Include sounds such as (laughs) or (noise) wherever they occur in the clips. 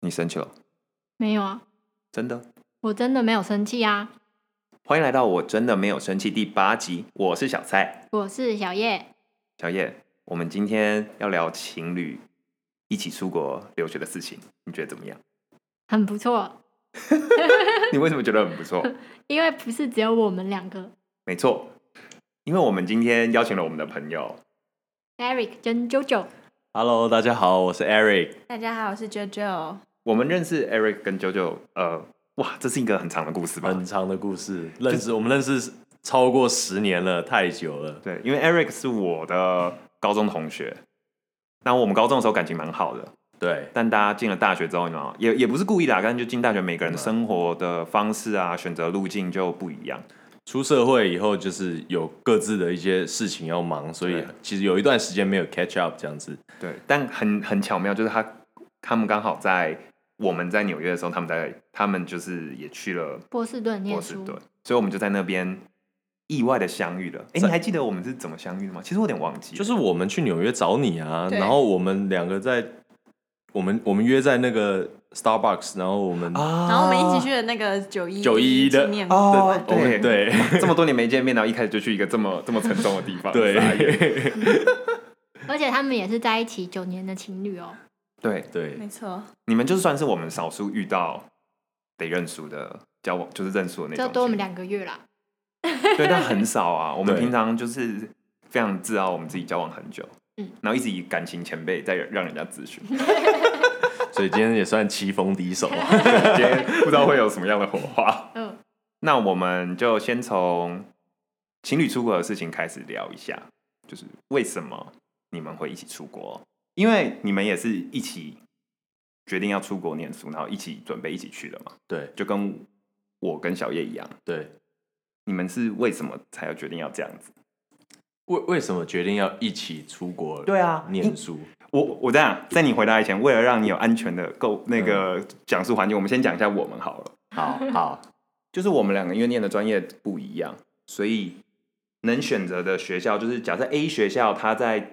你生气了？没有啊，真的？我真的没有生气啊。欢迎来到《我真的没有生气》第八集，我是小蔡，我是小叶，小叶。我们今天要聊情侣一起出国留学的事情，你觉得怎么样？ (laughs) 很不错，你为什么觉得很不错？因为不是只有我们两个没错，因为我们今天邀请了我们的朋友， ，Eric 跟 JoJo。 Hello，大家好，我是 Eric。大家好，我是 JoJo。我们认识 Eric 跟 JoJo，呃，哇，这是一个很长的故事吧？很长的故事，认识我们认识超过十年了，太久了。对，因为 Eric 是我的高中同学，那我们高中的时候感情蛮好的，对，但大家进了大学之后呢，也也不是故意的啊，但就进大学，每个人的生活的方式啊、选择路径就不一样。出社会以后就是有各自的一些事情要忙，所以对其实有一段时间没有 catch up 这样子。对，但很很巧妙，就是他他们刚好在我们在纽约的时候，他们在他们就是也去了波士顿念波士书，顿，所以我们就在那边意外的相遇了。哎、在你还记得我们是怎么相遇的吗？其实我有点忘记了，就是我们去纽约找你啊，对然后我们两个在我们我们约在那个 Starbucks，然后我们、啊，然后我们一起去了那个九一911的纪念馆哦，我对 (laughs) 们对这么多年没见面，然后一开始就去一个这 (laughs) 么这么沉重的地方，傻眼对而且他们也是在一起九年的情侣哦。对， (laughs) 对，没错，你们就算是我们少数遇到得认输的交往，就是认输的那种就情侣，多我们两个月啦。 (laughs) 对，但很少啊。我们对平常就是非常自傲，我们自己交往很久，嗯然后一直以感情前辈在让人家咨 (laughs) 询，所以今天也算棋逢 (laughs) 敌手、啊。今天不知道会有什么样的火花。嗯，那我们就先从情侣出国的事情开始聊一下，就是为什么你们会一起出国？因为你们也是一起决定要出国念书，然后一起准备一起去的嘛，对就跟我跟小叶一样。对，你们是为什么才要决定要这样子？为为什么决定要一起出国？对啊念书。我我这样，在你回答以前，为了让你有安全的够那个讲述环境，我们先讲一下我们好了。嗯好好， (laughs) 就是我们两个因为念的专业不一样，所以能选择的学校，就是假设 A 学校它在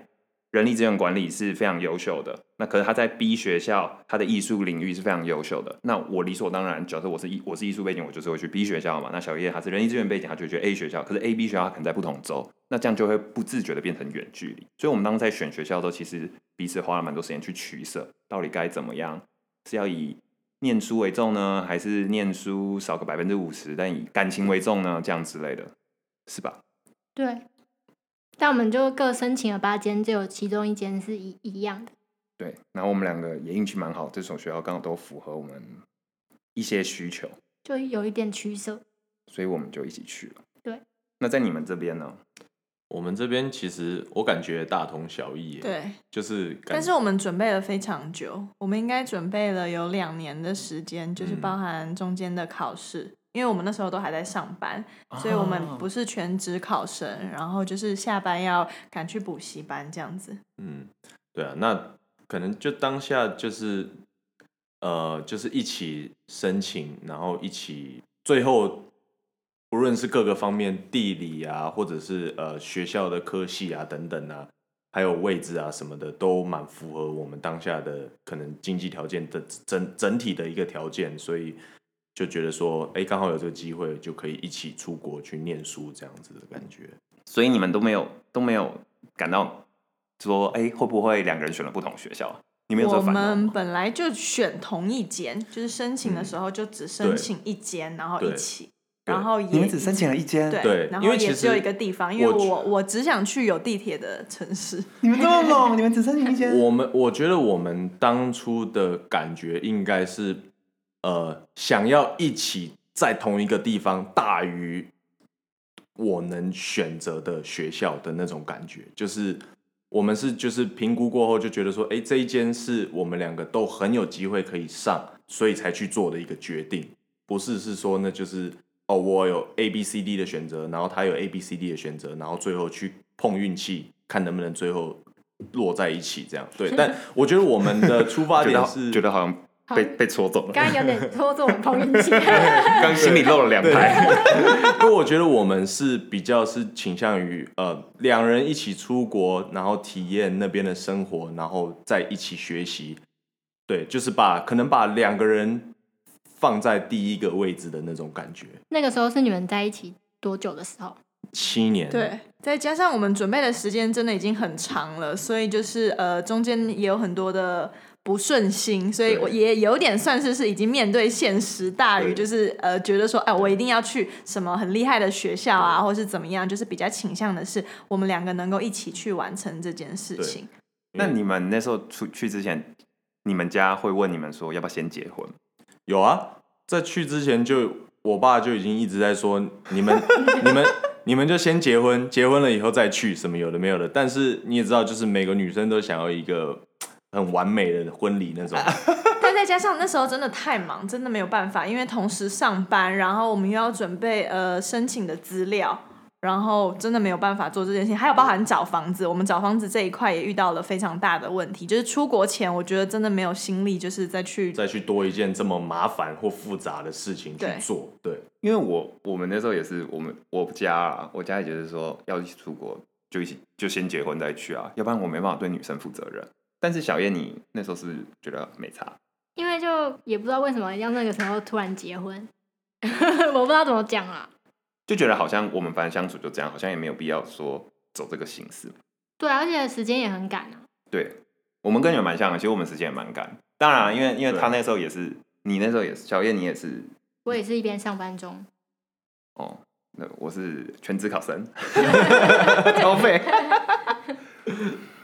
人力资源管理是非常优秀的，那可是它在 B 学校它的艺术领域是非常优秀的。那我理所当然，假设我是艺我是艺术背景，我就是会去 B 学校嘛。那小叶他是人力资源背景，他就去 A 学校，可是 A、B 学校他可能在不同州，那这样就会不自觉的变成远距离。所以我们当时在选学校的时候，其实彼此花了蛮多时间去取舍，到底该怎么样是要以念书为重呢，还是念书少个百分之五十，但以感情为重呢？这样之类的，是吧？对，但我们就各申请了八间，就有其中一间是一一样的。对。然后我们两个也运气蛮好，这所学校刚好都符合我们一些需求，就有一点取舍，所以我们就一起去了。对。那在你们这边呢？我们这边其实我感觉大同小异耶，对。就是感但是我们准备了非常久，我们应该准备了有两年的时间，就是嗯包含中间的考试，因为我们那时候都还在上班，所以我哦啊们不是全职考生，然后就是下班要赶去补习班这样子。嗯，对啊，那可能就当下就是呃，就是一起申请，然后一起最后不论是各个方面，地理啊，或者是呃学校的科系啊等等啊，还有位置啊什么的，都蛮符合我们当下的可能经济条件的整整体的一个条件，所以。就觉得说，哎、刚好有这个机会，就可以一起出国去念书，这样子的感觉。所以你们都没有都没有感到说，哎、会不会两个人选了不同学校？你们有这我个烦恼们吗？本来就选同一间，就是申请的时候就只申嗯对请一间，然后一对起，对然后你也们只申请了一间，对，对然因后为其也只有实一个地方，因为我觉我我只想去有地铁的城市。你们这么猛，你们只申请一 (laughs) 间，我们我觉得我们当初的感觉应该是，呃，想要一起在同一个地方，大于我能选择的学校的那种感觉。就是我们是就是评估过后就觉得说，哎，这一间是我们两个都很有机会可以上，所以才去做的一个决定，不是是说那就是。哦，我有 A、B、C、D 的选择，然后他有 A、B、C、D 的选择，然后最后去碰运气，看能不能最后落在一起这样。对，但我觉得我们的出发 (laughs) 觉点得是觉得好像被好被戳中了，刚刚有点戳中我们碰运气。刚心里漏了两拍。因为我觉得我们是比较是倾向于呃两人一起出国，然后体验那边的生活，然后再一起学习，对，就是把可能把两个人放在第一个位置的那种感觉。 (laughs) 那个时候是你们在一起多久的时候？七年，，对，再加上我们准备的时间真的已经很长了，所以就是呃，中间也有很多的不顺心，所以对我也有点算是是已经面对现实大于对就是呃，觉得说哎、我一定要去什么很厉害的学校啊，或是怎么样，就是比较倾向的是我们两个能够一起去完成这件事对情。 (laughs) 那你们那时候出去之前，你们家会问你们说要不要先结婚？有啊，在去之前就我爸就已经一直在说你们你们 (laughs) 你们就先结婚，结婚了以后再去什么有的没有的。但是你也知道，就是每个女生都想要一个很完美的婚礼那种。啊但再加上那时候真的太忙，真的没有办法，因为同时上班，然后我们又要准备呃申请的资料，然后真的没有办法做这件事情。还有包含找房子，我们找房子这一块也遇到了非常大的问题，就是出国前我觉得真的没有心力，就是再去再去多一件这么麻烦或复杂的事情去对做，对，因为我我们那时候也是我们我家啊，我家也就是说要一起出国就一起就先结婚再去啊，要不然我没办法对女生负责任。但是小叶，你那时候是不是觉得没差？因为就也不知道为什么要那个时候突然结婚， (laughs) 我不知道怎么讲啊。就觉得好像我们反正相处就这样，好像也没有必要说走这个形式。对啊，而且时间也很赶啊。对，我们跟你们蛮像的，其实我们时间也蛮赶。当然啊，因为因为对他那时候也是，你那时候也是，小叶你也是，我也是一边上班中，哦，那我是全职考生，超费。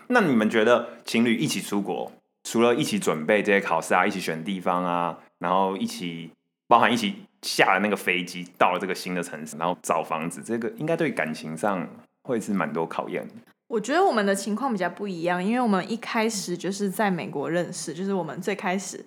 那你们觉得情侣一起出国，除了一起准备这些考试啊，一起选地方啊，然后一起包含一起下了那个飞机，到了这个新的城市，然后找房子，这个应该对感情上会是蛮多考验的。我觉得我们的情况比较不一样，因为我们一开始就是在美国认识，就是我们最开始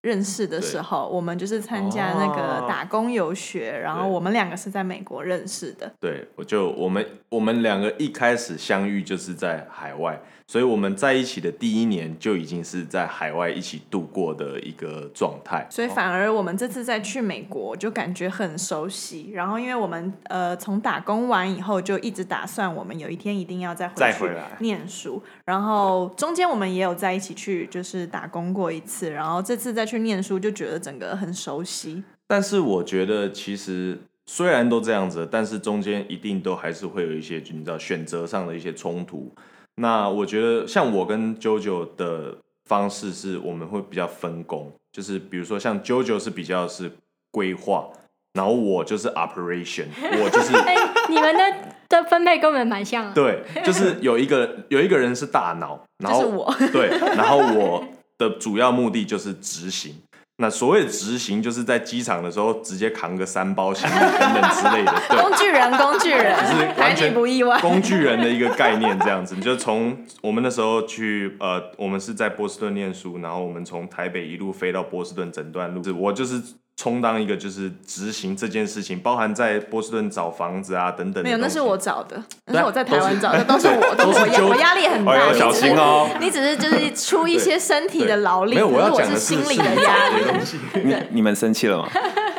认识的时候，我们就是参加那哦个打工游学，然后对我们两个是在美国认识的。对，我就我们我们两个一开始相遇就是在海外，所以我们在一起的第一年就已经是在海外一起度过的一个状态。所以反而我们这次再去美国，就感觉很熟悉。然后因为我们呃从打工完以后，就一直打算我们有一天一定要再再回回去来念书。然后中间我们也有在一起去就是打工过一次，然后这次再去念书，就觉得整个很熟悉。但是我觉得其实虽然都这样子，但是中间一定都还是会有一些你知道选择上的一些冲突。那我觉得像我跟 JoJo 的方式是，我们会比较分工，就是比如说像 JoJo 是比较是规划，然后我就是 operation，我就是。哎、你们的的分配跟我们蛮像啊。 (laughs) 对，就是有一个有一个人是大脑，然后就是我对，然后我的主要目的就是执行。那所谓的执行，就是在机场的时候直接扛个三包行李等等之类的，对，工具人，工具人就是，海完底全不意外。工具人的一个概念这样子。你就从我们那时候去呃，我们是在波士顿念书，然后我们从台北一路飞到波士顿整段路，是我就是。充当一个就是执行这件事情，包含在波士顿找房子啊等等的东西。没有，那是我找的，对那是啊我在台湾找的，都是我，都都是是我压，纠我压力很大。哎呦你只是小心哦你只是就是出一些身体的劳力，没有，我要可是讲我的是心理是的压力。东西。 (laughs) 你你们生气了吗？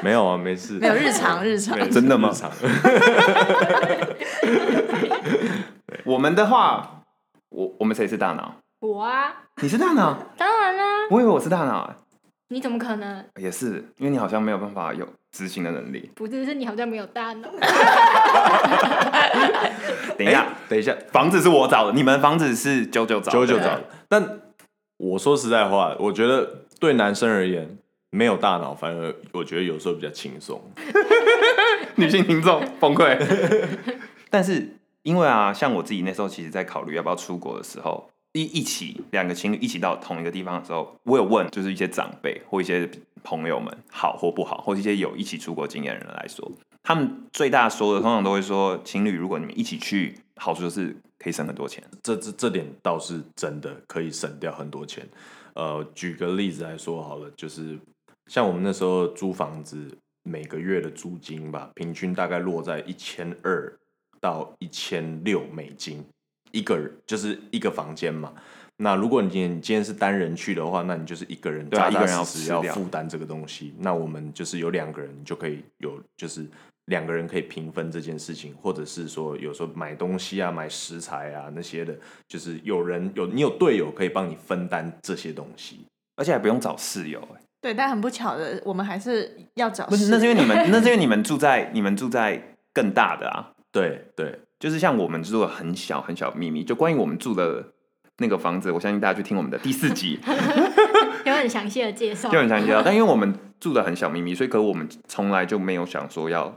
没有啊，没事， (laughs) 没有日常日常没事真的吗日常 (laughs) 我们的话，我我们谁是大脑？我啊，你是大脑，当然啦、我以为我是大脑、啊你怎么可能？也是，因为你好像没有办法有执行的能力。不是，是你好像没有大脑。等一下，哎等一下，房子是我找的，你们房子是九九找的，九九找。但我说实在话，我觉得对男生而言，没有大脑，反而我觉得有时候比较轻松。 (laughs) 女性听众崩溃。 (laughs) 但是因为啊，像我自己那时候其实在考虑要不要出国的时候，一一起两个情侣一起到同一个地方的时候，我有问就是一些长辈或一些朋友们好或不好，或是一些有一起出国经验的人来说，他们最大说的通常都会说，情侣如果你们一起去，好处就是可以省很多钱。这这这点倒是真的，可以省掉很多钱。呃，举个例子来说好了，就是像我们那时候租房子，每个月的租金吧，平均大概落在一千二到一千六美金一个人，就是一个房间嘛。那如果你今天是单人去的话，那你就是一个人对啊扎一个扎人要实吃实要掉负担这个东西。那我们就是有两个人，你就可以有就是两个人可以平分这件事情，或者是说有时候买东西啊、买食材啊那些的，就是有人有你有队友可以帮你分担这些东西。而且还不用找室友、欸对，但很不巧的，我们还是要找不室是，友。那是因为你们，那是因为你们住在你们住在更大的啊，对对，就是像我们住的很小很小的秘密，就关于我们住的那个房子，我相信大家去听我们的第四集有很详细的介绍就。很详细了。但因为我们住的很小秘密，所以可我们从来就没有想说要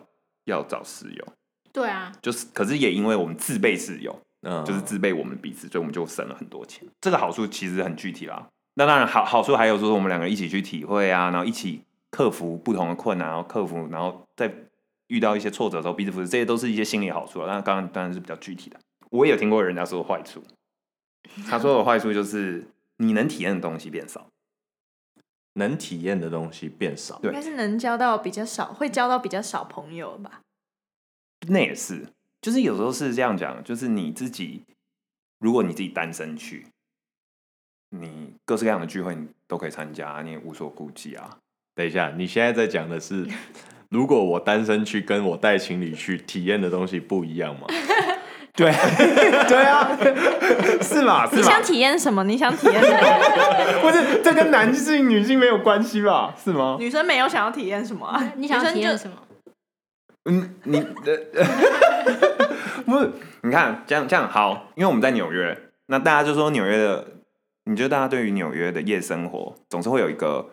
要找室友，对啊，就是可是也因为我们自备室友，嗯，就是自备我们彼此，所以我们就省了很多钱。这个好处其实很具体啦。那当然好好处还有说我们两个一起去体会啊，然后一起克服不同的困难，然后克服，然后在遇到一些挫折的时候彼此扶持，这些都是一些心理好处啊。那当然当然是比较具体的。我也有听过人家说坏处，他说的坏处就是你能体验的东西变少。能体验的东西变少。对应该是能交到比较少，会交到比较少朋友吧。那也是，就是有时候是这样讲，就是你自己，如果你自己单身去，你各式各样的聚会你都可以参加，你也无所顾忌啊。等一下，你现在在讲的 (laughs) 是，如果我单身去跟我带情侣去体验的东西不一样吗？对，对啊，是嘛？你是想嘛？体验什么？你想体验什么？ (laughs) 不是，这跟男性、女性没有关系吧？是吗？女生没有想要体验什么、啊，你想要女生体就验什么？嗯，你呃，不是，你看这样这样好，因为我们在纽约，那大家就说纽约的，你觉得大家对于纽约的夜生活总是会有一个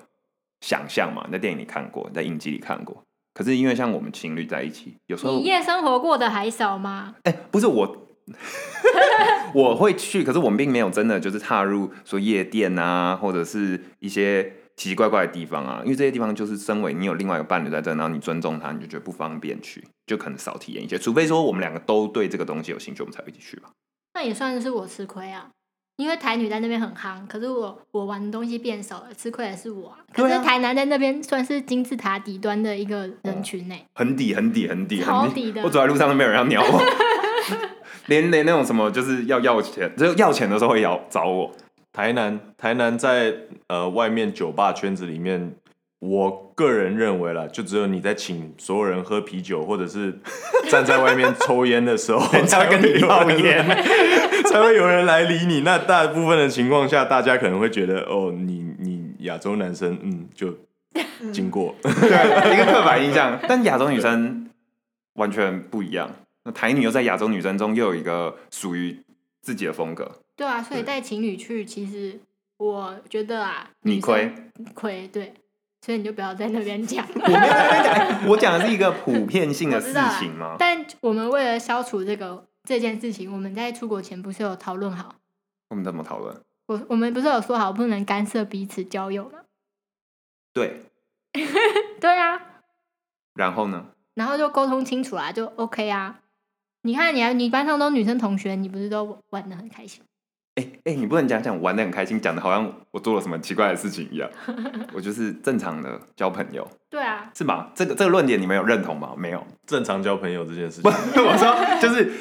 想象嘛？你在电影里看过，你在影集里看过，可是因为像我们情侣在一起，有时候你夜生活过得还少吗？哎、不是我， (laughs) 我会去，可是我们并没有真的就是踏入说夜店啊，或者是一些奇奇怪怪的地方啊，因为这些地方就是身为你有另外一个伴侣在这，然后你尊重他，你就觉得不方便去，就可能少体验一些，除非说我们两个都对这个东西有兴趣，我们才会一起去吧。那也算是我吃亏啊，因为台女在那边很夯，可是我我玩的东西变少了，吃亏的是我、啊。可对是啊台南在那边算是金字塔底端的一个人嗯群呢、很底，很底，很底，超很底 (laughs) 的我走在路上都没有人要鸟我， (laughs) 连连那种什么就是要要钱，就是要钱的时候会要找我。台南，台南在呃外面酒吧圈子里面，我个人认为啦，就只有你在请所有人喝啤酒，或者是 (laughs) 站在外面抽烟的时候，人家跟你 (laughs) 才会有要烟人，才会有人来理你。那大部分的情况下，大家可能会觉得，哦，你你亚洲男生，嗯，就经 (laughs) 过。对，一个刻板印象。 (laughs) 但亚洲女生完全不一样，那台女又在亚洲女生中又有一个属于自己的风格。对啊，所以带情侣去，其实我觉得啊，你女生 (laughs) 亏，亏对，所以你就不要在那边讲。我没有在那边讲，我讲的是一个普遍性的我事知道啊情吗？但我们为了消除这个这件事情，我们在出国前不是有讨论好，我们怎么讨论？我我们不是有说好不能干涉彼此交友吗？对，对啊，然后呢？然后就沟通清楚啦，就 OK 啊。你看你还你班上都女生同学，你不是都玩的很开心？哎、哎、你不能讲讲玩的很开心，讲的好像我做了什么奇怪的事情一样。我就是正常的交朋友，对啊，是吧？这个这个论点你们有认同吗？没有。正常交朋友这件事不，情， (laughs) 我说就是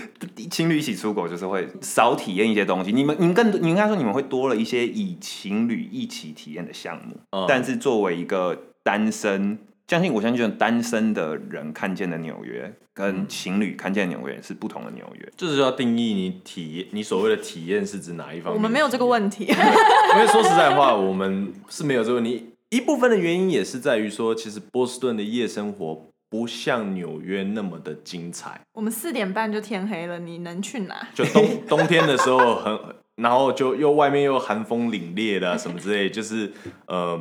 情侣一起出国，就是会少体验一些东西。你们，你们更，你应该说你们会多了一些以情侣一起体验的项目。嗯但是作为一个单身，相信我相信单身的人看见的纽约，跟情侣看见的纽约是不同的纽约。就是要定义你体验，你所谓的体验是指哪一方面？我们没有这个问题。 (laughs) 因为说实在话，我们是没有这个问题。一部分的原因也是在于说，其实波士顿的夜生活不像纽约那么的精彩。我们四点半就天黑了，你能去哪？就冬冬天的时候很，然后就又外面又寒风凛冽的、啊、什么之类，就是呃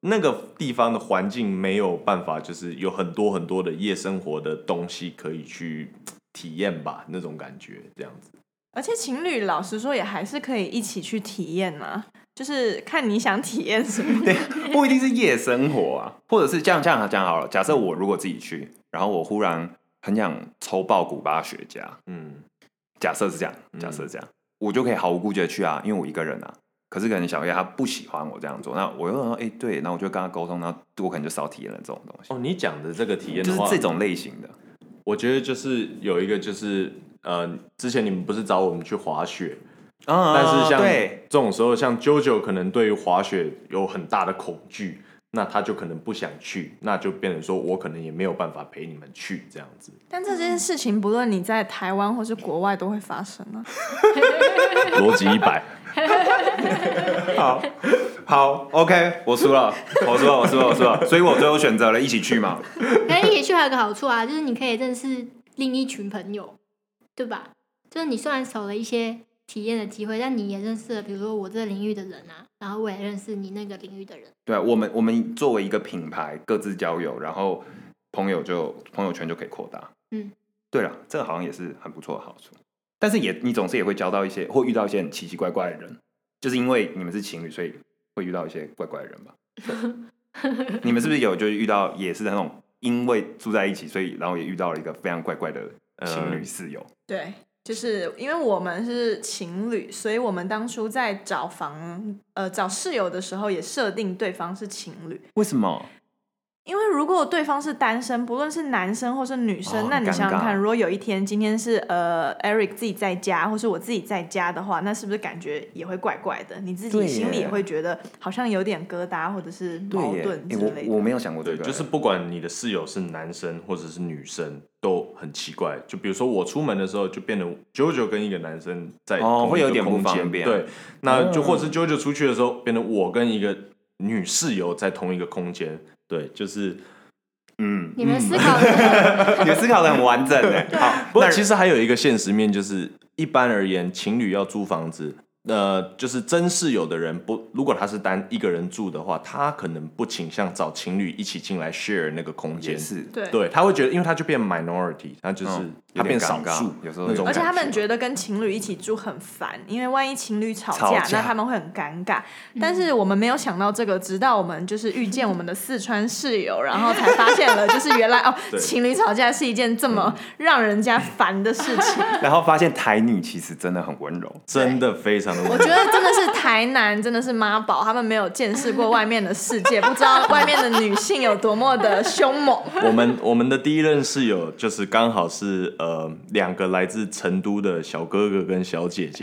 那个地方的环境没有办法，就是有很多很多的夜生活的东西可以去体验吧，那种感觉这样子。而且情侣老实说也还是可以一起去体验啊，就是看你想体验什么。对，不一定是夜生活啊，或者是这样这样讲好了。假设我如果自己去，然后我忽然很想抽爆古巴雪茄，嗯，假设是这样，假设是这样，我就可以毫无顾忌的去啊，因为我一个人啊。可是可能小叶他不喜欢我这样做，那我又说，哎、对，那我就跟他沟通，然后我可能就少体验了这种东西，哦，你讲的这个体验就的是话，这种类型的。我觉得就是有一个就是呃，之前你们不是找我们去滑雪，啊但是像对这种时候，像 JoJo 可能对于滑雪有很大的恐惧，那他就可能不想去，那就变成说我可能也没有办法陪你们去这样子。但这件事情不论你在台湾或是国外都会发生啊。逻辑一百，好，好，OK，我 (laughs) 输了，我输了，我输了，我输了，所以我最后选择了一起去嘛。可是一起去还有个好处啊，就是你可以认识另一群朋友，对吧？就是你虽然少了一些体验的机会，但你也认识了，比如说我这个领域的人啊，然后我也认识你那个领域的人。对啊，我们我们作为一个品牌，各自交友，然后朋友就朋友圈就可以扩大。嗯，对了，这好像也是很不错的好处。但是也你总是也会交到一些，或遇到一些很奇奇怪怪的人，就是因为你们是情侣，所以会遇到一些怪怪的人 (laughs) 吧？对你们是不是有就是遇到也是那种因为住在一起，所以然后也遇到了一个非常怪怪的情侣呃室友？对，就是因为我们是情侣，所以我们当初在找房呃找室友的时候，也设定对方是情侣。为什么？因为如果对方是单身，不论是男生或是女生，哦那你想想尴尬看，如果有一天今天是呃 Eric 自己在家，或是我自己在家的话，那是不是感觉也会怪怪的？你自对己耶心里也会觉得好像有点疙瘩，或者是对矛耶，盾诶之类的。我我没有想过这对，个，就是不管你的室友是男生或者是女生，都很奇怪。就比如说我出门的时候，就变得九九跟一个男生在哦同一个会有点空不间方便对，那就或者是九九出去的时候，变得我跟一个女室友在同一个空间。对，就是嗯，你们思考 (laughs) 的、 (laughs) 你们思考的很完整诶。好，不过那其实还有一个现实面，就是一般而言，情侣要租房子，呃，就是真室友的人不，如果他是单一个人住的话，他可能不倾向找情侣一起进来 share 那个空间 (laughs) 也。是对对，他会觉得，因为他就变 minority，他就是、嗯他有变点少尴尬数，有时候那有种点而且他们感觉得跟情侣一起住很烦，因为万一情侣吵吵架，架那他们会很尴尬。但是我们没有想到这个，直到我们就是遇见我们的四川室友，然后才发现了，就是原来哦， (laughs) 对情侣吵架是一件这么让人家烦的事 (laughs) 情。然后发现台女其实真的很温柔，真的非常的我稳觉得真的是台南真的是妈宝，他们没有见识过外面的世界，不知道外面的女性有多么的凶 (laughs) 猛。我们我们的第一任室友就是刚好是呃两个来自成都的小哥哥跟小姐 (laughs) 姐，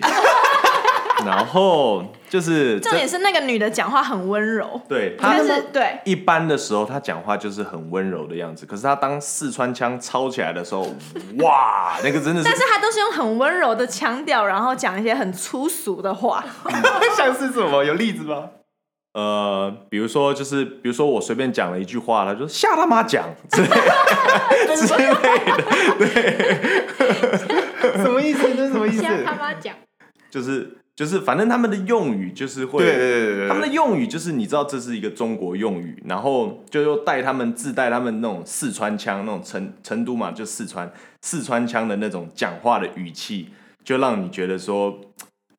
然后就是重点是那个女的讲话很温柔，对他嗯但是对。一般的时候他讲话就是很温柔的样子，可是他当四川腔抄起来的时候，哇，那个真的是但是他都是用很温柔的腔调，然后讲一些很粗俗的话。 (laughs) 像是什么？有例子吗？呃，比如说就是比如说我随便讲了一句话，他就说下他妈讲之类之类的。什么意思？这是什么 (laughs) 意思？像他妈讲，就是就是，反正他们的用语就是会，对对对对他们对的用语就是你知道这是一个中国用语，然后就又带他们自带他们那种四川腔，那种成成都嘛，就四川四川腔的那种讲话的语气，就让你觉得说。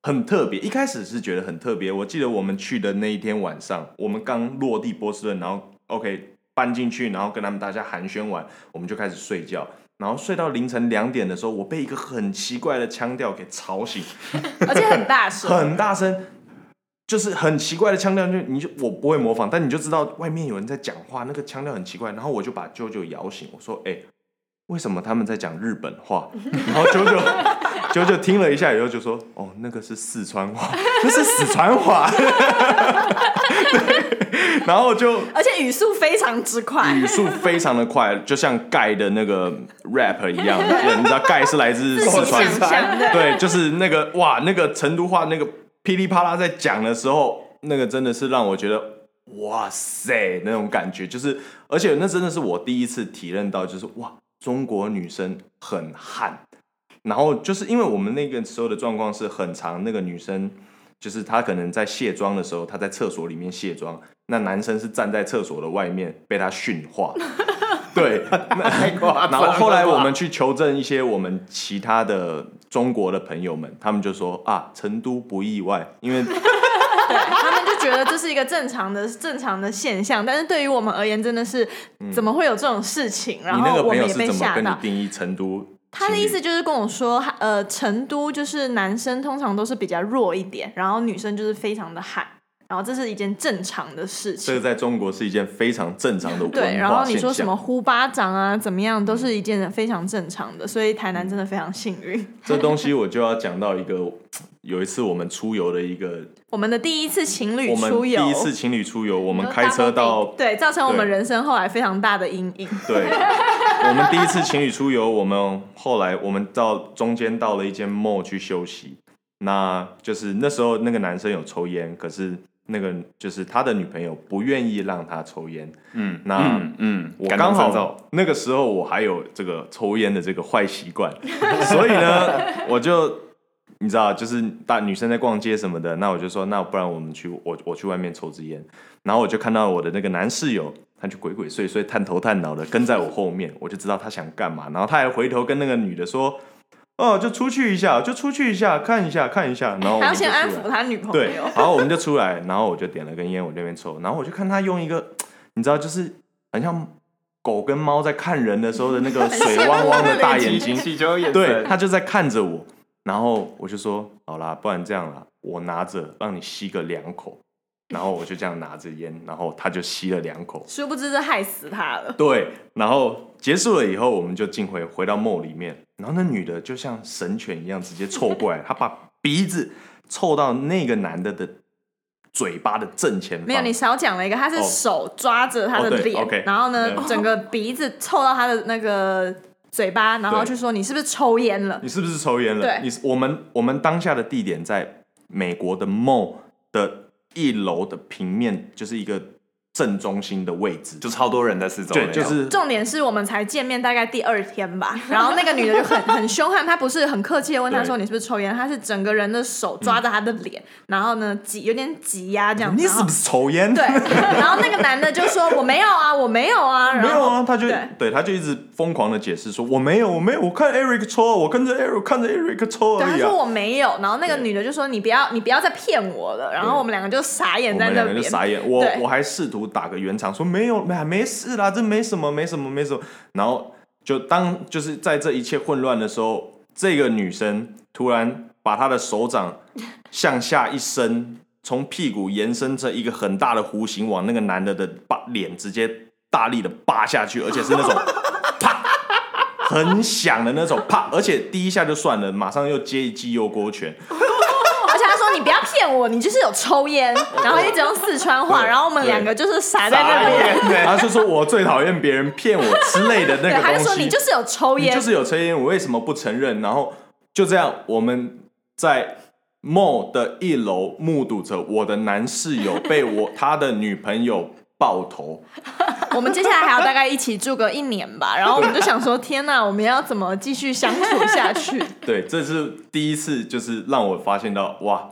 很特别，一开始是觉得很特别。我记得我们去的那一天晚上，我们刚落地波士顿，然后 OK 搬进去，然后跟他们大家寒暄完，我们就开始睡觉。然后睡到凌晨两点的时候，我被一个很奇怪的腔调给吵醒，而且很大 (laughs) 声。很大声，就是很奇怪的腔调，就你就我不会模仿，但你就知道外面有人在讲话，那个腔调很奇怪。然后我就把啾啾摇醒，我说：“哎、为什么他们在讲日本话？” (laughs) 然后啾啾啾啾听了一下以后就说：“哦，那个是四川话， (laughs) 那是四川话。”对，然后就而且语速非常之快语，速非常的快，就像盖的那个 rap 一样，你知道盖是来自自四己川想 (laughs) 象的。对，就是那个哇，那个成都话，那个噼里啪啦在讲的时候，那个真的是让我觉得哇塞那种感觉，就是而且那真的是我第一次体认到，就是哇，中国女生很悍。然后就是因为我们那个时候的状况是很长，那个女生就是她可能在卸妆的时候，她在厕所里面卸妆，那男生是站在厕所的外面被她训话。 (laughs) 对，太夸张然后后来了吧我们去求证一些我们其他的中国的朋友们，他们就说啊，成都不意外，因为他们就觉得这是一个正常的、正常的现象，但是对于我们而言，真的是怎么会有这种事情？ (laughs) 然嗯你那后个我朋友们是也被怎么吓跟你到。定义成都？他的意思就是跟我说，呃，成都就是男生通常都是比较弱一点，然后女生就是非常的悍。然后这是一件正常的事这个情。在中国是一件非常正常的文化对，然后你现说什象么呼巴掌啊，怎么样，都是一件非常正常的，所以台南真的非常幸运。 (laughs) 这东西我就要讲到一个， (laughs) 有一次我们出游的一个，我们的第一次情侣我们出游，第一次情侣出游，我们有开车 double 到，对，造成我们对人生后来非常大的阴影。 (laughs) 对，我们第一次情侣出游，我们后来我们到中间到了一间 mall 去休息，那就是那时候那个男生有抽烟，可是那个就是他的女朋友不愿意让他抽烟，嗯，那嗯嗯，我感刚同身受好那个时候我还有这个抽烟的这个坏习惯，所以呢，我就你知道，就是大女生在逛街什么的，那我就说，那不然我们去我我去外面抽支烟，然后我就看到我的那个男室友，他就鬼鬼祟祟、探头探脑的跟在我后面，我就知道他想干嘛，然后他还回头跟那个女的说。哦，就出去一下，就出去一下，看一下，看一下，然后我还们要就先出安来抚他女朋哦对，友。然后我们就出来，然后我就点了根烟，我这边抽，然后我就看他用一个，你知道，就是很像狗跟猫在看人的时候的那个水汪汪的大眼睛，气球眼对，他就在看着我，然后我就说，好啦，不然这样啦，我拿着让你吸个两口，然后我就这样拿着烟，然后他就吸了两口，殊不知这害死他了。对，然后结束了以后，我们就进回回到梦里面，然后那女的就像神犬一样直接凑过来，她把鼻子凑到那个男的的嘴巴的正前方。没有，你少讲了一个，他是哦手抓着他的哦对脸， OK 然后呢，对整个鼻子凑到他的那个嘴巴，然后对就说你是不是抽烟了？你是不是抽烟了？对你是我们我们当下的地点在美国的梦的一楼的平面，就是一个正中心的位置，就超多人在四周那对，种，就是重点是我们才见面大概第二 (laughs) 天吧，然后那个女的就很很凶悍，她不是很客气的问他对说你是不是抽烟，她是整个人的手抓着他的脸，然后呢挤有点挤压这样，你然是后不是抽烟？对，然后那 (laughs) 个男的就说我没有啊，我没有啊，然没后有啊，他就对对他就一直疯狂的解释说我没有，我没有，我看 Eric 抽啊，我跟着 Eric 看着 Eric 抽而对，已、啊。他说我没有，然后那个对女的就说你不要，你不要再骗我了。然后对我们两个就傻眼我在们那两个边就，傻 (laughs) 眼，我对我还试图打个圆场，说没有，没没事啦，这没什么，没什么，没什么。然后就当就是在这一切混乱的时候，这个女生突然把她的手掌向下一伸，从屁股延伸成一个很大的弧形，往那个男的的把脸直接大力的扒下去，而且是那种啪。很响的那种，啪！而且第一下就算了，马上又接一记右勾拳，而且他说你不要骗我，你就是有抽 (laughs) 烟，然后一直用四川话，对然后我们两个就是傻在那边。边，他就说我最讨厌别人骗我之类的那对，个他东就西。说你就是有抽你烟，就是有抽烟，我为什么不承认？然后就这样，我们在 mall 的一楼目睹着我的男室友被我他的女朋友爆头，我们接下来还要大概一起住个一年吧。然后我们就想说，天哪，我们要怎么继续相处下去？ (laughs) 对，这是第一次，就是让我发现到哇，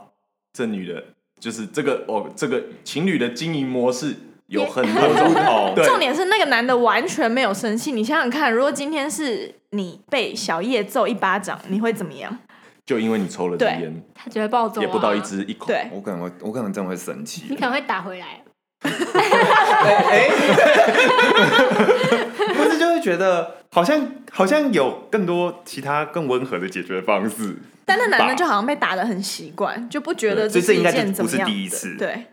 这女的，就是这个哦，这个情侣的经营模式有很多种哦对重点是那个男的完全没有生气。你想想看，如果今天是你被小叶揍一巴掌，你会怎么样？就因为你抽了支对烟，他觉得暴走、啊，也不到一支一口，对，我可能会，我可能真的会生你气可。能会打回 (laughs) 来。不是就会觉得好像好像有更多其他更温和的解决方式。但那男的吧就好像被打的很习惯，就不觉得对所以是这一应该就件怎不么是样第一的次对，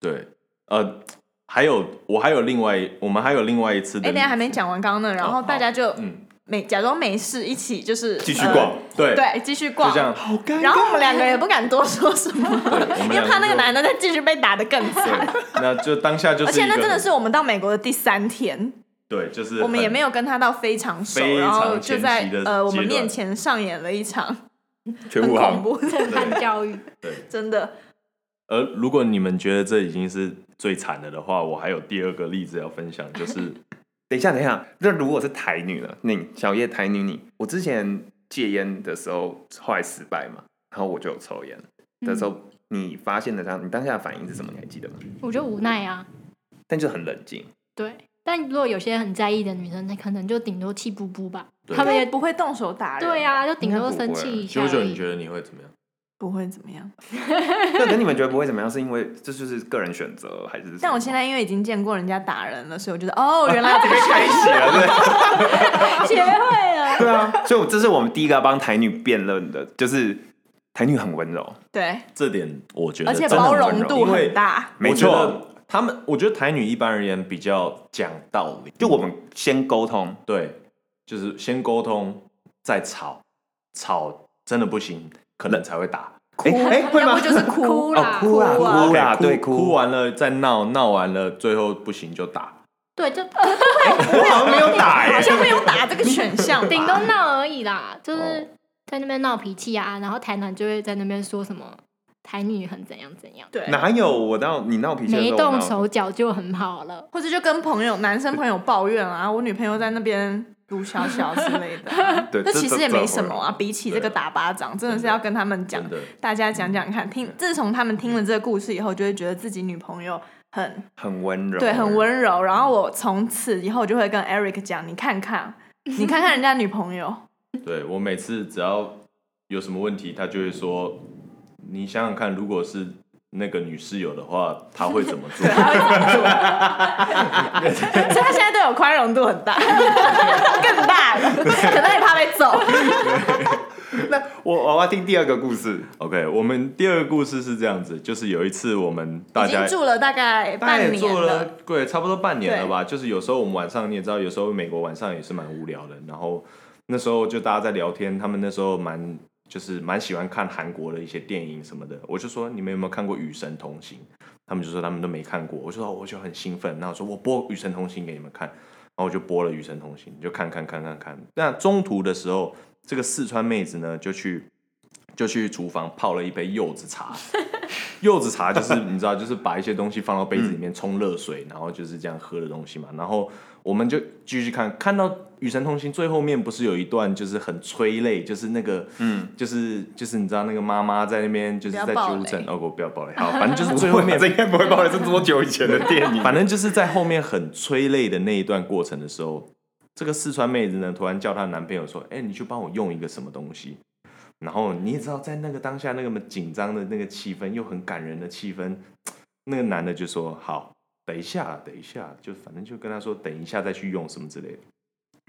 对，呃，还有我还有另外一，我们还有另外一次的，哎、等一下还没讲完刚刚呢，然后嗯好大家就嗯没、假装没事，一起就是继续呃逛对对，继续就逛这。样，好尴然后我们两个也不敢多说什么，对，我因们为两怕那个就男的再继续被打的更惨。对，那就当下 (laughs) 就是 (laughs) 而一个且很，那真的是我们到美国的第三天，对，就是我们很也没有跟他到非常熟，非常然后就在前期的呃我们阶段面前上演了一场全很武恐行，怖，震撼啊教 (laughs) 育，真的。而如果你们觉得这已经是最惨的的话，我还有第二个例子要分享，就是 (laughs) 等一下，等一下，那如果是台女呢？你小叶台女你，我之前戒烟的时候后来失败嘛，然后我就有抽烟的时候，嗯你发现的当你当下的反应是什么？你还记得吗？嗯我就无奈啊。但就很冷静，对，但如果有些很在意的女生，她可能就顶多气噗噗吧，对她们也也不会动手打人，对啊，就顶多应该生不会气一下而九已。九，你觉得你会怎么样？不会怎么样。那跟你们觉得不会怎么样，是因为这就是个人选择还是什么？但我现在因为已经见过人家打人了，所以我觉得哦，原来有这个开启学了，对。学会了。 (laughs) 对啊，所以我这是我们第一个要帮台女辩论的，就是台女很温柔，对，这点我觉得而且真的包很温容度因为很大，没我觉错。得他们，我觉得台女一般而言比较讲道理，就我们先沟通，对，就是先沟通，再吵，吵真的不行，可能才会打。哎哎、会要吗不？ (laughs) 就是哭哭啦哦哭啦哭啊哭啦， OK，对哭哭完了再闹，闹完了最后不行就打。对，就哦我好像没有打耶、好像没有打这个选项吧，顶多闹而已啦，就是哦在那边闹脾气啊，然后台南就会在那边说什么台女很怎样怎样，对，哪有我到你闹脾气的时没候，动我闹手脚就很好了。或者就跟朋友男生朋友抱怨啊，我女朋友在那边撸小小之类的啊， (laughs) 对，这其实也没什么啊。这比起这个打巴掌，真的是要跟他们讲真，的，大家讲讲看。听，自从他们听了这个故事以后，就会觉得自己女朋友很很温柔，对，很。温柔。然后我从此以后就会跟 Eric 讲，你看看，你看看人家女朋友， (laughs) 对我每次只要有什么问题，他就会说：“你想想看，如果是那个女室友的话，她会怎么做？”所以他现在对我宽容度很 (laughs) 大，更大了，可能也怕被揍。那我 (laughs) 我要听第二个故事， OK，我们第二个故事是这样子，就是有一次我们大已家经住了大概大概半也年做了，了，对，差不多半年了吧。就是有时候我们晚上你也知道，有时候美国晚上也是蛮无聊的。然后那时候就大家在聊天，他们那时候蛮就是蛮喜欢看韩国的一些电影什么的。我就说你们有没有看过《与神同行》？他们就说他们都没看过。我就说我就很兴奋，然后我说我播《与神同行》给你们看。然后我就播了《与神同行》，就看看看看看。那中途的时候，这个四川妹子呢就去就去厨房泡了一杯柚子茶。 (laughs) 柚子茶就是你知道，就是把一些东西放到杯子里面冲热水，然后就是这样喝的东西嘛。然后我们就继续看，看到《与神同行》最后面不是有一段就是很催泪，就是那个嗯，就是就是你知道那个妈妈在那边就是不要在爆纠正雷哦，我不要爆雷， (laughs) 好，反正就是最后面这应该不会爆雷，这多久以前的电 (laughs) 影？反正就是在后面很催泪的那一段过程的时候，这个四川妹子呢，突然叫她男朋友说：“哎、你去帮我用一个什么东西。”然后你也知道，在那个当下那个么紧张的那个气氛，又很感人的气氛，那个男的就说：“好，等一下，啊等一下。”就反正就跟她说：“等一下再去用什么之类的。”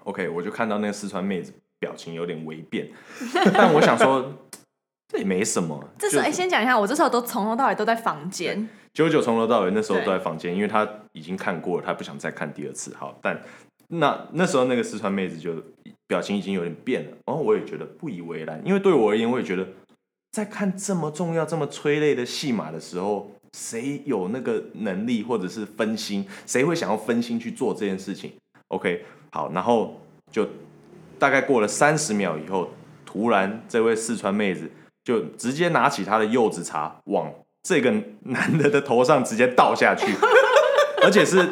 OK，我就看到那个四川妹子表情有点微变， (laughs) 但我想说这也没什么。这时候，哎、就先讲一下，我这时候都从头到尾都在房间，九九从头到尾那时候对都在房间，因为他已经看过了，他不想再看第二次。好，但那那时候那个四川妹子就表情已经有点变了，然后我也觉得不以为然，因为对我而言，我也觉得在看这么重要、这么催泪的戏码的时候，谁有那个能力或者是分心，谁会想要分心去做这件事情？OK，好，然后就大概过了三十秒以后，突然这位四川妹子就直接拿起她的柚子茶往这个男的的头上直接倒下去，而且是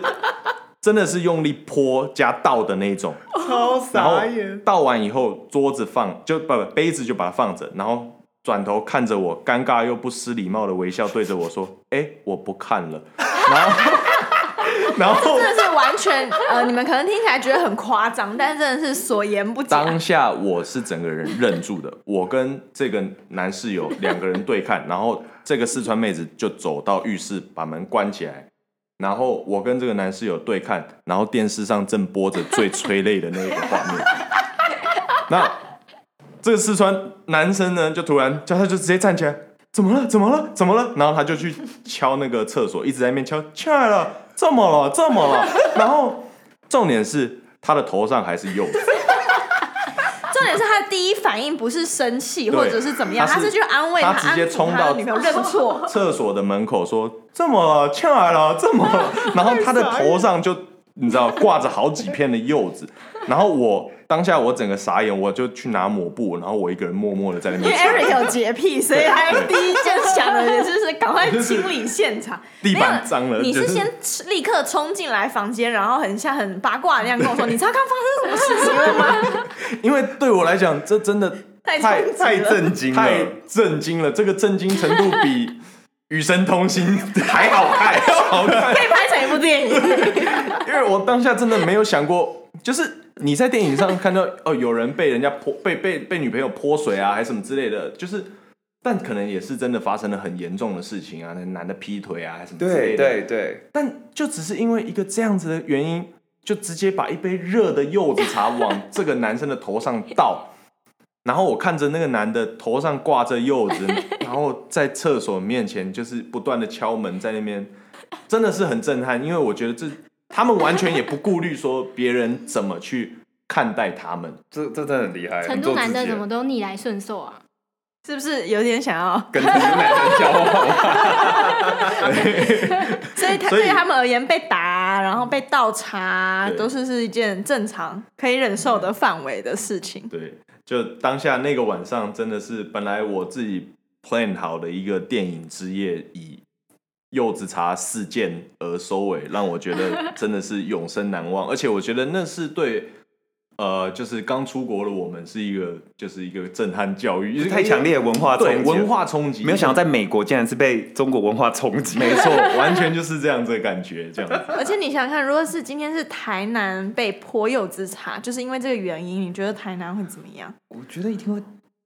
真的是用力泼加倒的那种。超然后。倒完以后，桌子放就不不杯子就把它放着，然后转头看着我，尴尬又不失礼貌的微笑，对着我说：“哎、我不看了。”然后，然后真的是完全呃，你们可能听起来觉得很夸张，但是真的是所言不假。当下我是整个人愣住的，我跟这个男室友两个人对看，然后这个四川妹子就走到浴室把门关起来，然后我跟这个男室友对看，然后电视上正播着最催泪的那一个画面。那这个四川男生呢，就突然叫他就直接站起来，怎么了？怎么了？怎么了？然后他就去敲那个厕所，一直在那边敲，起来了，怎么了？怎么了？然后重点是他的头上还是柚子。重点是他的第一反应不是生气对或者是怎么样，他他是是去安慰他安直接抚冲他的到。女朋友认错厕所的门口说：“这么了，欠来了， (laughs) 这么了。”然后他的头上就你知道挂着好几片的柚 (laughs) 子，然后我当下我整个傻眼，我就去拿抹布，然后我一个人默默的在那因边为擦 Eric 有洁癖，所以他第一件想的也就是赶快清理现场。 (laughs) 地没有板脏了，你就是先立刻冲进来房间，然后很像很八卦那样跟我说：“你知道刚发生什么事情了吗 (laughs) 因为对我来讲，这真的？”太太冲击太了。震惊太了，震惊了，这个震惊程度比《与神同行》还好看，还好看。可以拍成一部电影， (laughs) 因为我当下真的没有想过，就是你在电影上看到哦，有人被人家泼被被被女朋友泼水啊，还是什么之类的，就是，但可能也是真的发生了很严重的事情啊，那男的劈腿啊，还是什么之对类的。对对，但就只是因为一个这样子的原因，就直接把一杯热的柚子茶往这个男生的头上倒，然后我看着那个男的头上挂着柚子， (laughs) 然后在厕所面前就是不断的敲门，在那边真的是很震撼，因为我觉得这他们完全也不顾虑说别人怎么去看待他们，这这真的很厉害，成很都哎做自男的己怎么都逆来顺受啊？是不是有点想要？跟这些男生交往？所以他所以对他们而言，被打然后被倒茶对都是是一件正常可以忍受的范围的事情。对，就当下那个晚上，真的是本来我自己 plan 好的一个电影之夜，以柚子茶事件而收尾，让我觉得真的是永生难忘。而且我觉得那是对，呃，就是刚出国的我们是一个，就是一个震撼教育，太强烈的文化对冲击，文化冲击，没有想到在美国竟然是被中国文化冲击，没没错，完全就是这样子的感觉，这样子。而且你想想看，如果是今天是台南被泼柚子茶，就是因为这个原因，你觉得台南会怎么样？我觉得一定会，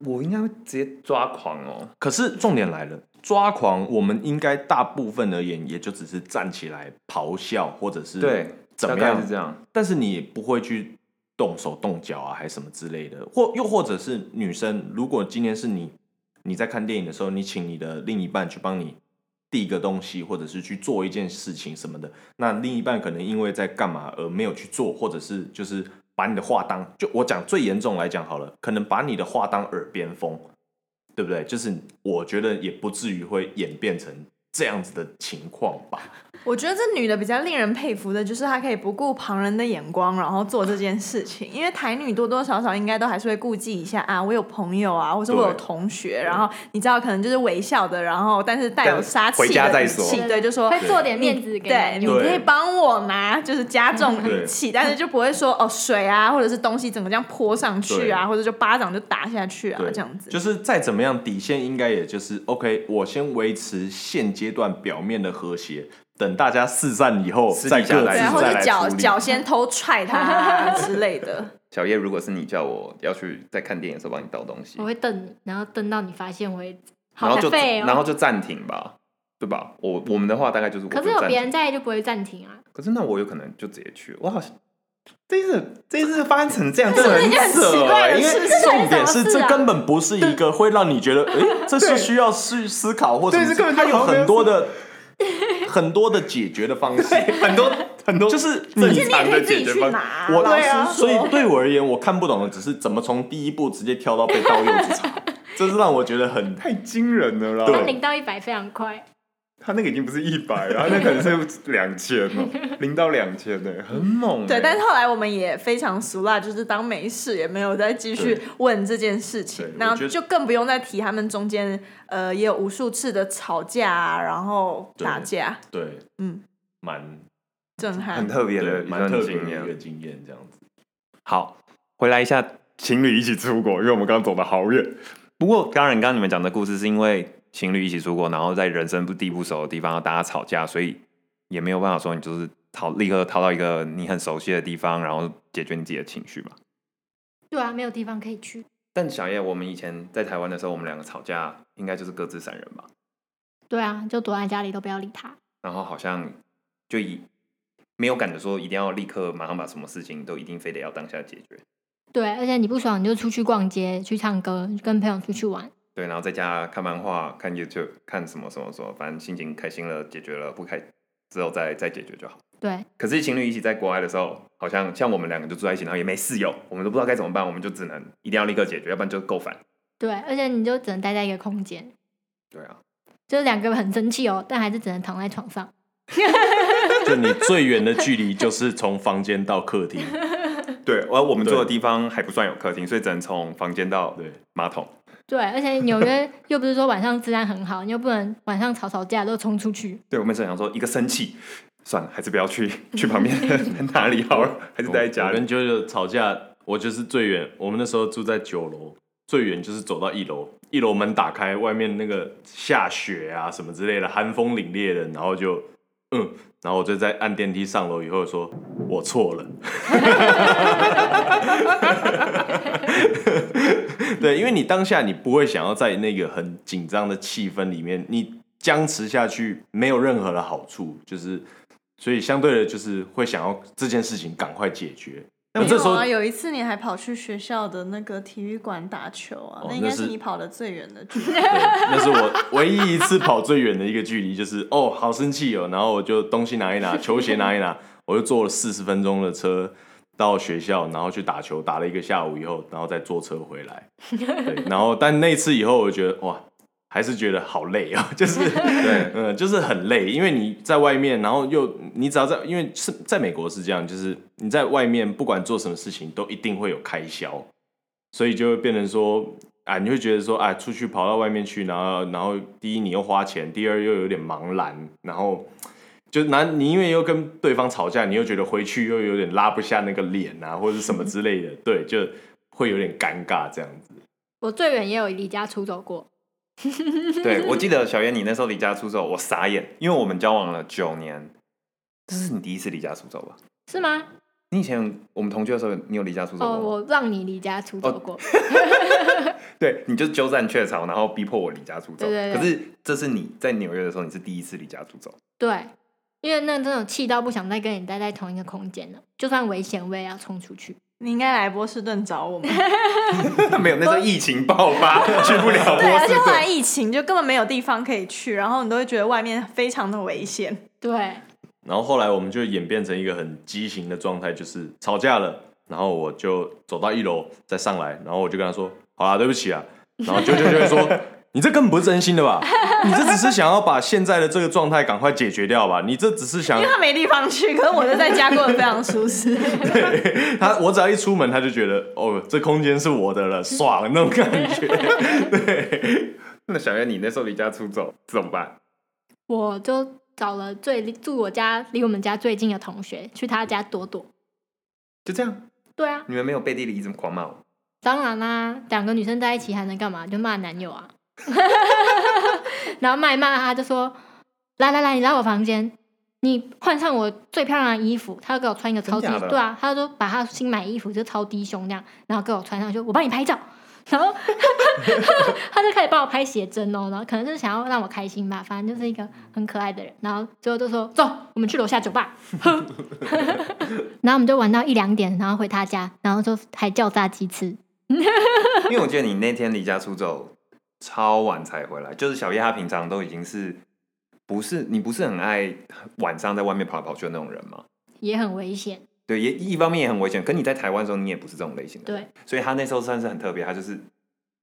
我应该会直接抓狂哦。可是重点来了，抓狂，我们应该大部分而言，也就只是站起来咆哮，或者是对，怎么大概样是这样？但是你不会去动手动脚啊，还是什么之类的，或又或者是女生，如果今天是你你在看电影的时候，你请你的另一半去帮你递个东西，或者是去做一件事情什么的，那另一半可能因为在干嘛而没有去做，或者是就是把你的话当就我讲最严重来讲好了，可能把你的话当耳边风，对不对？就是我觉得也不至于会演变成这样子的情况吧。我觉得这女的比较令人佩服的，就是她可以不顾旁人的眼光，然后做这件事情。因为台女多多少少应该都还是会顾忌一下啊，我有朋友啊，或者我有对同学，然后你知道可能就是微笑的，然后但是带有但杀气回家的再语说气，对，就说会做点面子给对，男你友可以帮我拿，就是加重语对气，但是就不会说哦水啊，或者是东西整个这样泼上去啊，对或者就巴掌就打下去啊对，，这样子。就是再怎么样，底线应该也就是 OK，我先维持现阶段表面的和谐，等大家四散以后私再底下各自来对啊，然后或就再者来脚处理脚先偷踹他啊之类的。小叶，如果是你叫我要去在看电影的时候帮你倒东西我，会瞪你，然后瞪到你发现为止。然好后就废哦！然后就暂停吧，对吧？我我们的话大概就是我就可暂是停，有别人在就不会暂停啊。可是那我有可能就直接去，我好像。这一次，这一次发生成这样，真的一很件很扯奇怪的欸因为事情啊重点是，这是什么事这啊根本不是一个会让你觉得，诶，这是需要去思考或者对这根本就它有好像没有很多的 (laughs) 很多的解决的方式，很多很多就是正你 (laughs) 其实你也常可的以自解己决去方拿法。啊，我老实所说。以对我而言，我看不懂的只是怎么从第一步直接跳到被倒柚子茶，这是让我觉得很太惊人了啦！他对零到一百非常快，他那个已经不是一百了， (laughs) 他那可能是两千 (laughs) 哦，零到两千呢，很猛欸。对，但是后来我们也非常俗辣，就是当没事，也没有再继续对问这件事情对，然我觉后得就更不用再提他们中间呃也有无数次的吵架啊，然后对打架，对，嗯，蛮震很撼。特别对的，蛮特别经的一个验。经验，这样子。好，回来一下情侣一起出国，因为我们刚刚走的好远。不过，当然，刚刚你们讲的故事是因为情侣一起出国，然后在人生不地不熟的地方，大家吵架，所以也没有办法说你就是逃立刻逃到一个你很熟悉的地方，然后解决你自己的情绪嘛。对啊，没有地方可以去。但小叶，我们以前在台湾的时候，我们两个吵架应该就是各自闪人吧？对啊，就躲在家里都不要理他。然后好像就以没有赶着说一定要立刻马上把什么事情都一定非得要当下解决，对，而且你不爽你就出去逛街、去唱歌、跟朋友出去玩。对，然后在家看漫画、看 YouTube、看什么什么什么，反正心情开心了解决了，不开之后再再解决就好。对，可是情侣一起在国外的时候，好像像我们两个就住在一起，然后也没室友，我们都不知道该怎么办，我们就只能一定要立刻解决，要不然就够烦。对，而且你就只能待在一个空间，对啊，就是两个很生气哦，但还是只能躺在床上。就你最远的距离就是从房间到客厅，对，而我们对住的地方还不算有客厅，所以只能从房间到对，马桶。对，而且纽约又不是说晚上治安很好，你又不能晚上吵吵架都冲出去。对，我们想想说，一个生气，算了，还是不要去去旁边 (laughs) 哪里好了，还是待在家我里跟。舅舅吵架，我就是最远，我们那时候住在九楼，最远就是走到一楼，一楼门打开，外面那个下雪啊什么之类的，寒风凛冽的，然后就嗯，然后我就在按电梯上楼以后说，我错了。 (laughs) 对，因为你当下你不会想要在那个很紧张的气氛里面，你僵持下去没有任何的好处，就是所以相对的，就是会想要这件事情赶快解决，那么这时有候啊，有一次你还跑去学校的那个体育馆打球啊，哦那应该那是是你跑的最远的 (laughs) 距离。对，那是我唯一一次跑最远的一个距离，就是哦，好生气哦，然后我就东西拿一拿，球鞋拿一拿，我就坐了四十分钟的车到学校，然后去打球，打了一个下午以后，然后再坐车回来。对，然后但那次以后，我觉得哇，还是觉得好累哦，就是对 (laughs) 嗯，就是很累，因为你在外面，然后又你只要在，因为是在美国是这样，就是你在外面不管做什么事情，都一定会有开销，所以就会变成说啊，你会觉得说啊，出去跑到外面去，然后然后第一你又花钱，第二又有点茫然，然后。就拿你因为又跟对方吵架，你又觉得回去又有点拉不下那个脸啊，或者是什么之类的，对，就会有点尴尬这样子。我最远也有离家出走过， (laughs) 对，我记得小袁，你那时候离家出走，我傻眼，因为我们交往了九年，这是你第一次离家出走吧？是吗？你以前我们同居的时候，你有离家出走过吗？哦，我让你离家出走过，对，你就鸠占鹊巢，然后逼迫我离家出走。对对对可是这是你在纽约的时候，你是第一次离家出走。对，因为那真的气到不想再跟你待在同一个空间了，就算危险我也要冲出去。你应该来波士顿找 (laughs) 我们，没 (laughs) 有，那时候疫情爆发，去不 (laughs) 了对，波啊而士且后来顿。疫情就根本没有地方可以去，然后你都会觉得外面非常的危险。 (laughs) 对，然后后来我们就演变成一个很畸形的状态，就是吵架了，然后我就走到一楼再上来，然后我就跟他说：“好啦，对不起啊。”然后九九就会说：“你这根本不是真心的吧？你这只是想要把现在的这个状态赶快解决掉吧？你这只是想因为他没地方去，可是我就在家过得非常舒适。 (laughs) 他，我只要一出门他就觉得哦，这空间是我的 (laughs) 了，爽那种感觉。那小袁，你那时候离家出走怎么办？我就找了最住我家离我们家最近的同学去他家躲躲。就这样，对啊，你们没有背地里一直狂骂我。当然啦、两个女生在一起还能干嘛？就骂男友啊。 (laughs) 然后骂一骂他，就说：“来来来，你来我房间，你换上我最漂亮的衣服。”他就给我穿一个超低真假，的对啊，他就把他新买衣服就超低胸那样，然后给我穿上，就我帮你拍照。然后 (laughs) 他就开始帮我拍写真哦，然后可能就是想要让我开心吧，反正就是一个很可爱的人。然后最后就说：“走，我们去楼下酒吧。 (laughs) 哼”然后我们就玩到一两点，然后回他家，然后就还叫炸鸡吃。 (laughs) 因为我记得你那天离家出走超晚才回来，就是小叶他平常都已经是不是你不是很爱晚上在外面跑来跑去的那种人嘛？也很危险。对，也一方面也很危险。可你在台湾的时候，你也不是这种类型的人，对，所以他那时候算是很特别，他就是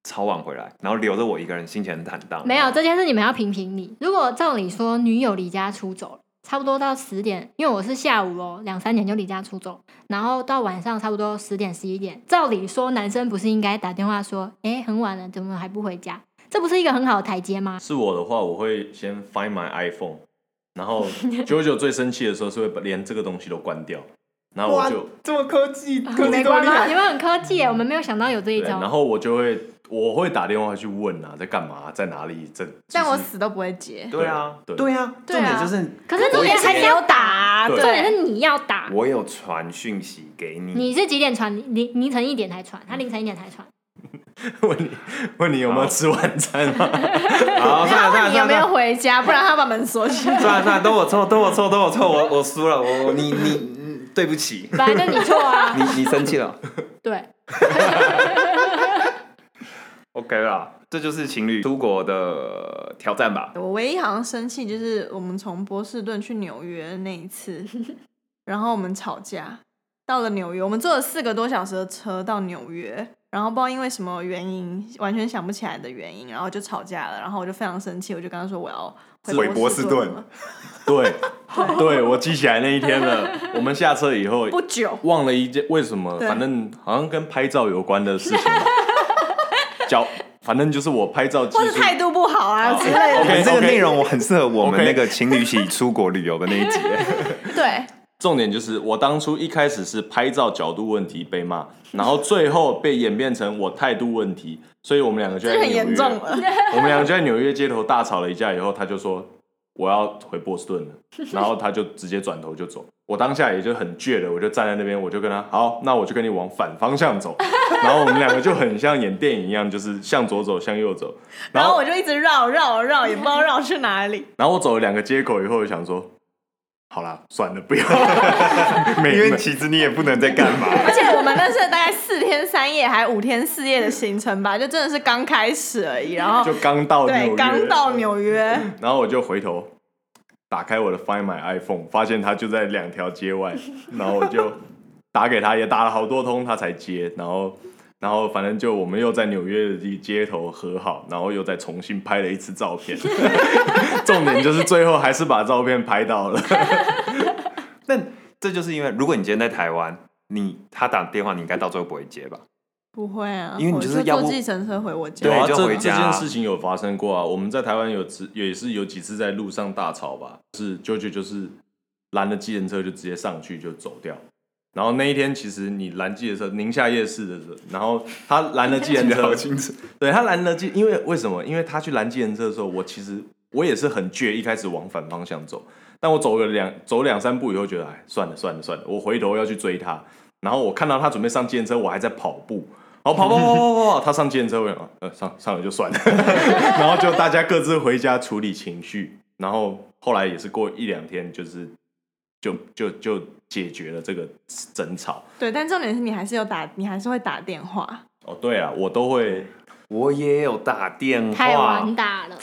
超晚回来，然后留着我一个人，心情很坦荡。没有这件事，你们要评评理。如果照理说，女友离家出走了，差不多到十点，因为我是下午哦，两三点就离家出走，然后到晚上差不多十点十一点，照理说男生不是应该打电话说，哎，很晚了，怎么还不回家？这不是一个很好的台阶吗？是我的话，我会先 find my iPhone，然后九九最生气的时候是会把连这个东西都关掉，然后我就。这么科技，科你技没这么关厉吗？害。你们很科技耶，我们没有想到有这一对，然招。后我就会我会打电话去问啊，在干嘛，在哪里，这 (laughs) 但我就是死都不会接。对啊，对对啊，重点就是，可是重点还是要打，对重点是你要打。我有传讯息给你，你是几点传？凌凌晨一点才传，他凌晨一点才传。问你问你有没有吃晚餐吗？好，算了他算问了你算有没了有。回家，不然他把门锁起来。算了算了，都我错，都我错，都我错，我我输了，我我你你嗯对不起，本来就你错 (laughs) 啊，你你生气了对， ？OK 啦，这就是情侣出国的挑战吧。 (laughs) 我唯一好像生气就是我们从波士顿去纽约那一次， (laughs) 然后我们吵架，到了纽约，我们坐了四个多小时的车到纽约，然后不知道因为什么原因，完全想不起来的原因，然后就吵架了，然后我就非常生气，我就跟他说我要回波波士士顿顿了，对对，我记起来那一天了。我们下车以后不久。忘了一件为什么，对反正好像跟拍照有关的事情， (laughs) 脚反正就是我拍照技或是术态度不好啊之类的，我们 OK，这个 OK 内容我很适合我们 OK 那个情侣一起出国旅游的那一集。对，重点就是我当初一开始是拍照角度问题被 (laughs) 骂，然后最后被演变成我态度问题，所以我们两个就这在就很纽约严重了。 (laughs) 我们两个就在纽约街头大吵了一架，以后他就说我要回波士顿了， (laughs) 然后他就直接转头就走。我当下也就很倔的，我就站在那边，我就跟他好，那我就跟你往反方向 (laughs) 走。然后我们两个就很像演电影一样，就是向左走，向右走。然然后后我就一直绕绕绕，也不知道绕去哪里。然后我走了两个街口以后，我就想说，好啦，算了，不 (laughs) 要。 (laughs) 每因为每其实你也不能再干嘛。而且我们那是大概四天三夜还五天四夜的行程 (laughs) 吧，就真的是刚开始而已。然后 (laughs) 就刚到纽对，约，刚到纽约，然后我就回头打开我的 Find My iPhone，发现他就在两条街外， (laughs) 然后我就打给他，也打了好多通，他才接。然后，然后反正就我们又在纽约的街头和好，然后又再重新拍了一次照片。 (laughs) 重点就是最后还是把照片拍到了。 (laughs) 那这就是因为，如果你今天在台湾，你他打电话，你应该到最后不会接吧？不会啊，因为你我就就是要不坐计程车回我家。对有啊就这回家这件事情有发生过啊。我们在台湾有只也是有几次在路上大吵吧，是舅舅就是拦了计程车就直接上去就走掉。然后那一天，其实你拦计程车，宁夏夜市的时候，然后他拦了 (laughs) 计程车，清楚。对他拦了计，因为为什么？因为他去拦计程车的时候，我其实我也是很倔，一开始往反方向走，但我走了两走两三步以后，觉得哎，算了算了算了，我回头要去追他，然后我看到他准备上计程车，我还在跑步，然后哦跑跑跑跑跑跑，他上计程车，我想呃上上了就算了， (laughs) 然后就大家各自回家处理情绪，然后后来也是过一两天，就是就就就解决了这个争吵。对，但重点是你还是有打，你还是会打电话。哦，对啊，我都会我也有打电太话晚。打了，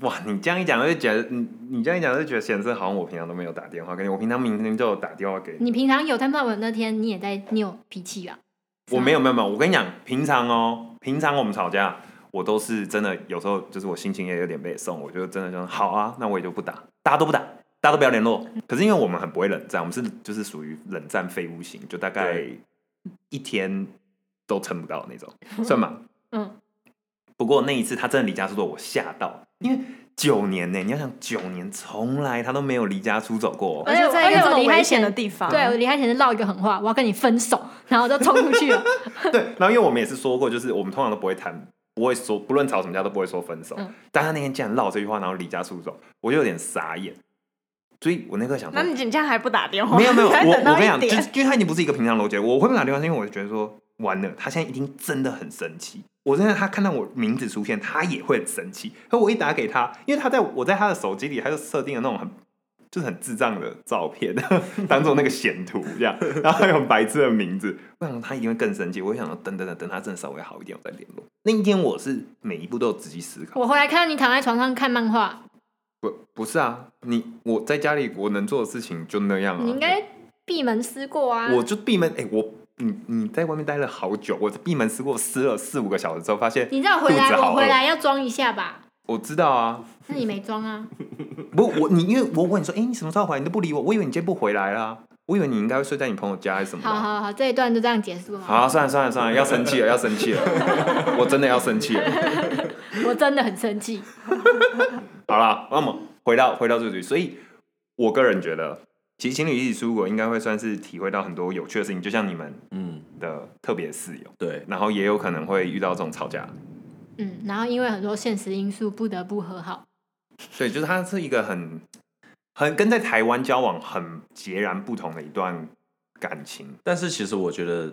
哇，你这样一讲，就觉得你你这样一讲，就觉得显示好像我平常都没有打电话给你。我平常明天就有打电话给你。你平常有看到我那天你也在拗脾气啊？我没有没有没有，我跟你讲，平常哦，平常我们吵架，我都是真的，有时候就是我心情也有点被送，我就真的就好啊，那我也就不打，大家都不打，大家都不要联络。可是因为我们很不会冷战，我们是就是属于冷战废物型，就大概对一天都撑不到的那种，算吧。嗯，不过那一次他真的离家出走，我吓到，因为九年呢、你要想九年从来他都没有离家出走过、哦，而且在一个这么离危开险险的地方，对，我离开前是唠一个狠话，我要跟你分手，然后就冲出 (laughs) 去了。对，然后因为我们也是说过，就是我们通常都不会谈，不会说，不论吵什么架都不会说分手。嗯但他那天竟然唠这句话，然后离家出走，我就有点傻眼。所以我那刻想说那，你你这样还不打电 (laughs) 话？没有 (laughs) 没有，我还等我到跟你一讲，就点是因为他已经不是一个平常逻辑，我会不打电话是因为我觉得说完了，他现在一定真的很生气。我真的，他看到我名字出现，他也会很生气。可我一打给他，因为他在我在他的手机里，他就设定了那种很就是很智障的照片， (laughs) 当做那个显图这 (laughs) 样，然后还有很白痴的名字，我想他一定会更生气。我就想说，等等等等，他真的稍微好一点，我再联络。那一天我是每一步都有仔细思考。我回来看到你躺在床上看漫画，不，不是啊，你我在家里我能做的事情就那样啊。你应该闭门思过啊。我就闭门，哎、我你你在外面待了好久，我闭门思过，思了四五个小时之后，发现你知道我回肚来子好我回饿来要装一下 (laughs) 吧？我知道啊，那你没装啊？嗯不我你因为我问你说，哎、你什么时候回来？你都不理我，我以为你今天不回来啦，我以为你应该会睡在你朋友家还是什么的好啊。好好，这一段就这样结束了好吗。啊，算了算了算了，要生气了，要 (laughs) 生气了，我真的要生气 (laughs) 了。我真的很生气。好啦，那么回到回到这里，所以我个人觉得，其实情侣一起出国应该会算是体会到很多有趣的事情，就像你们嗯，的特别室友，对，然后也有可能会遇到这种吵架，嗯，然后因为很多现实因素，不得不和好。对，就是它是一个很很跟在台湾交往很截然不同的一段感情。但是其实我觉得，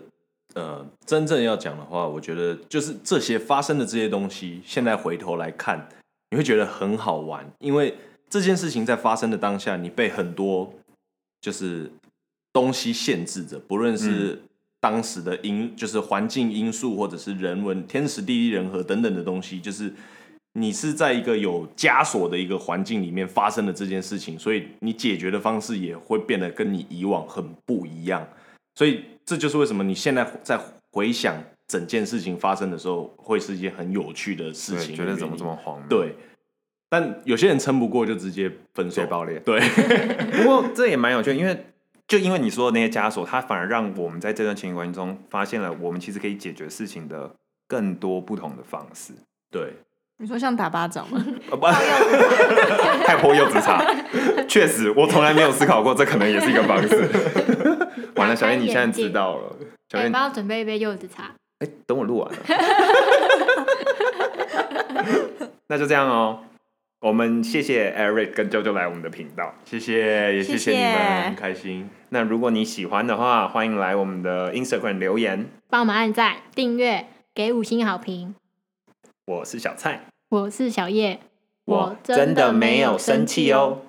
呃，真正要讲的话，我觉得就是这些发生的这些东西，现在回头来看，你会觉得很好玩，因为这件事情在发生的当下，你被很多就是东西限制着，不论嗯是当时的因，就是环境因素，或者是人文、天时地利人和等等的东西，就是你是在一个有枷锁的一个环境里面发生的这件事情，所以你解决的方式也会变得跟你以往很不一样。所以这就是为什么你现在在回想整件事情发生的时候，会是一件很有趣的事情。觉得怎么这么荒谬？，对，但有些人撑不过就直接分手嘴爆裂。对，不过这也蛮有趣的，因为就因为你说的那些枷锁，它反而让我们在这段情关系中发现了我们其实可以解决事情的更多不同的方式。对，你说像打巴掌吗？呃不， (laughs) 太泼柚子茶，确实，我从来没有思考过，这可能也是一个方式。 (laughs) 完了，小燕，你现在知道了。小哎，燕，帮我准备一杯柚子茶。哎、等我录 (laughs) 完了。那就这样哦，我们谢谢 Eric 跟 JoJo 来我们的频道。谢谢，也谢谢你们，谢很开心。那如果你喜欢的话，欢迎来我们的 Instagram 留言。帮我们按赞、订阅、给五星好评。我是小蔡，我是小叶，真的没有生气哦。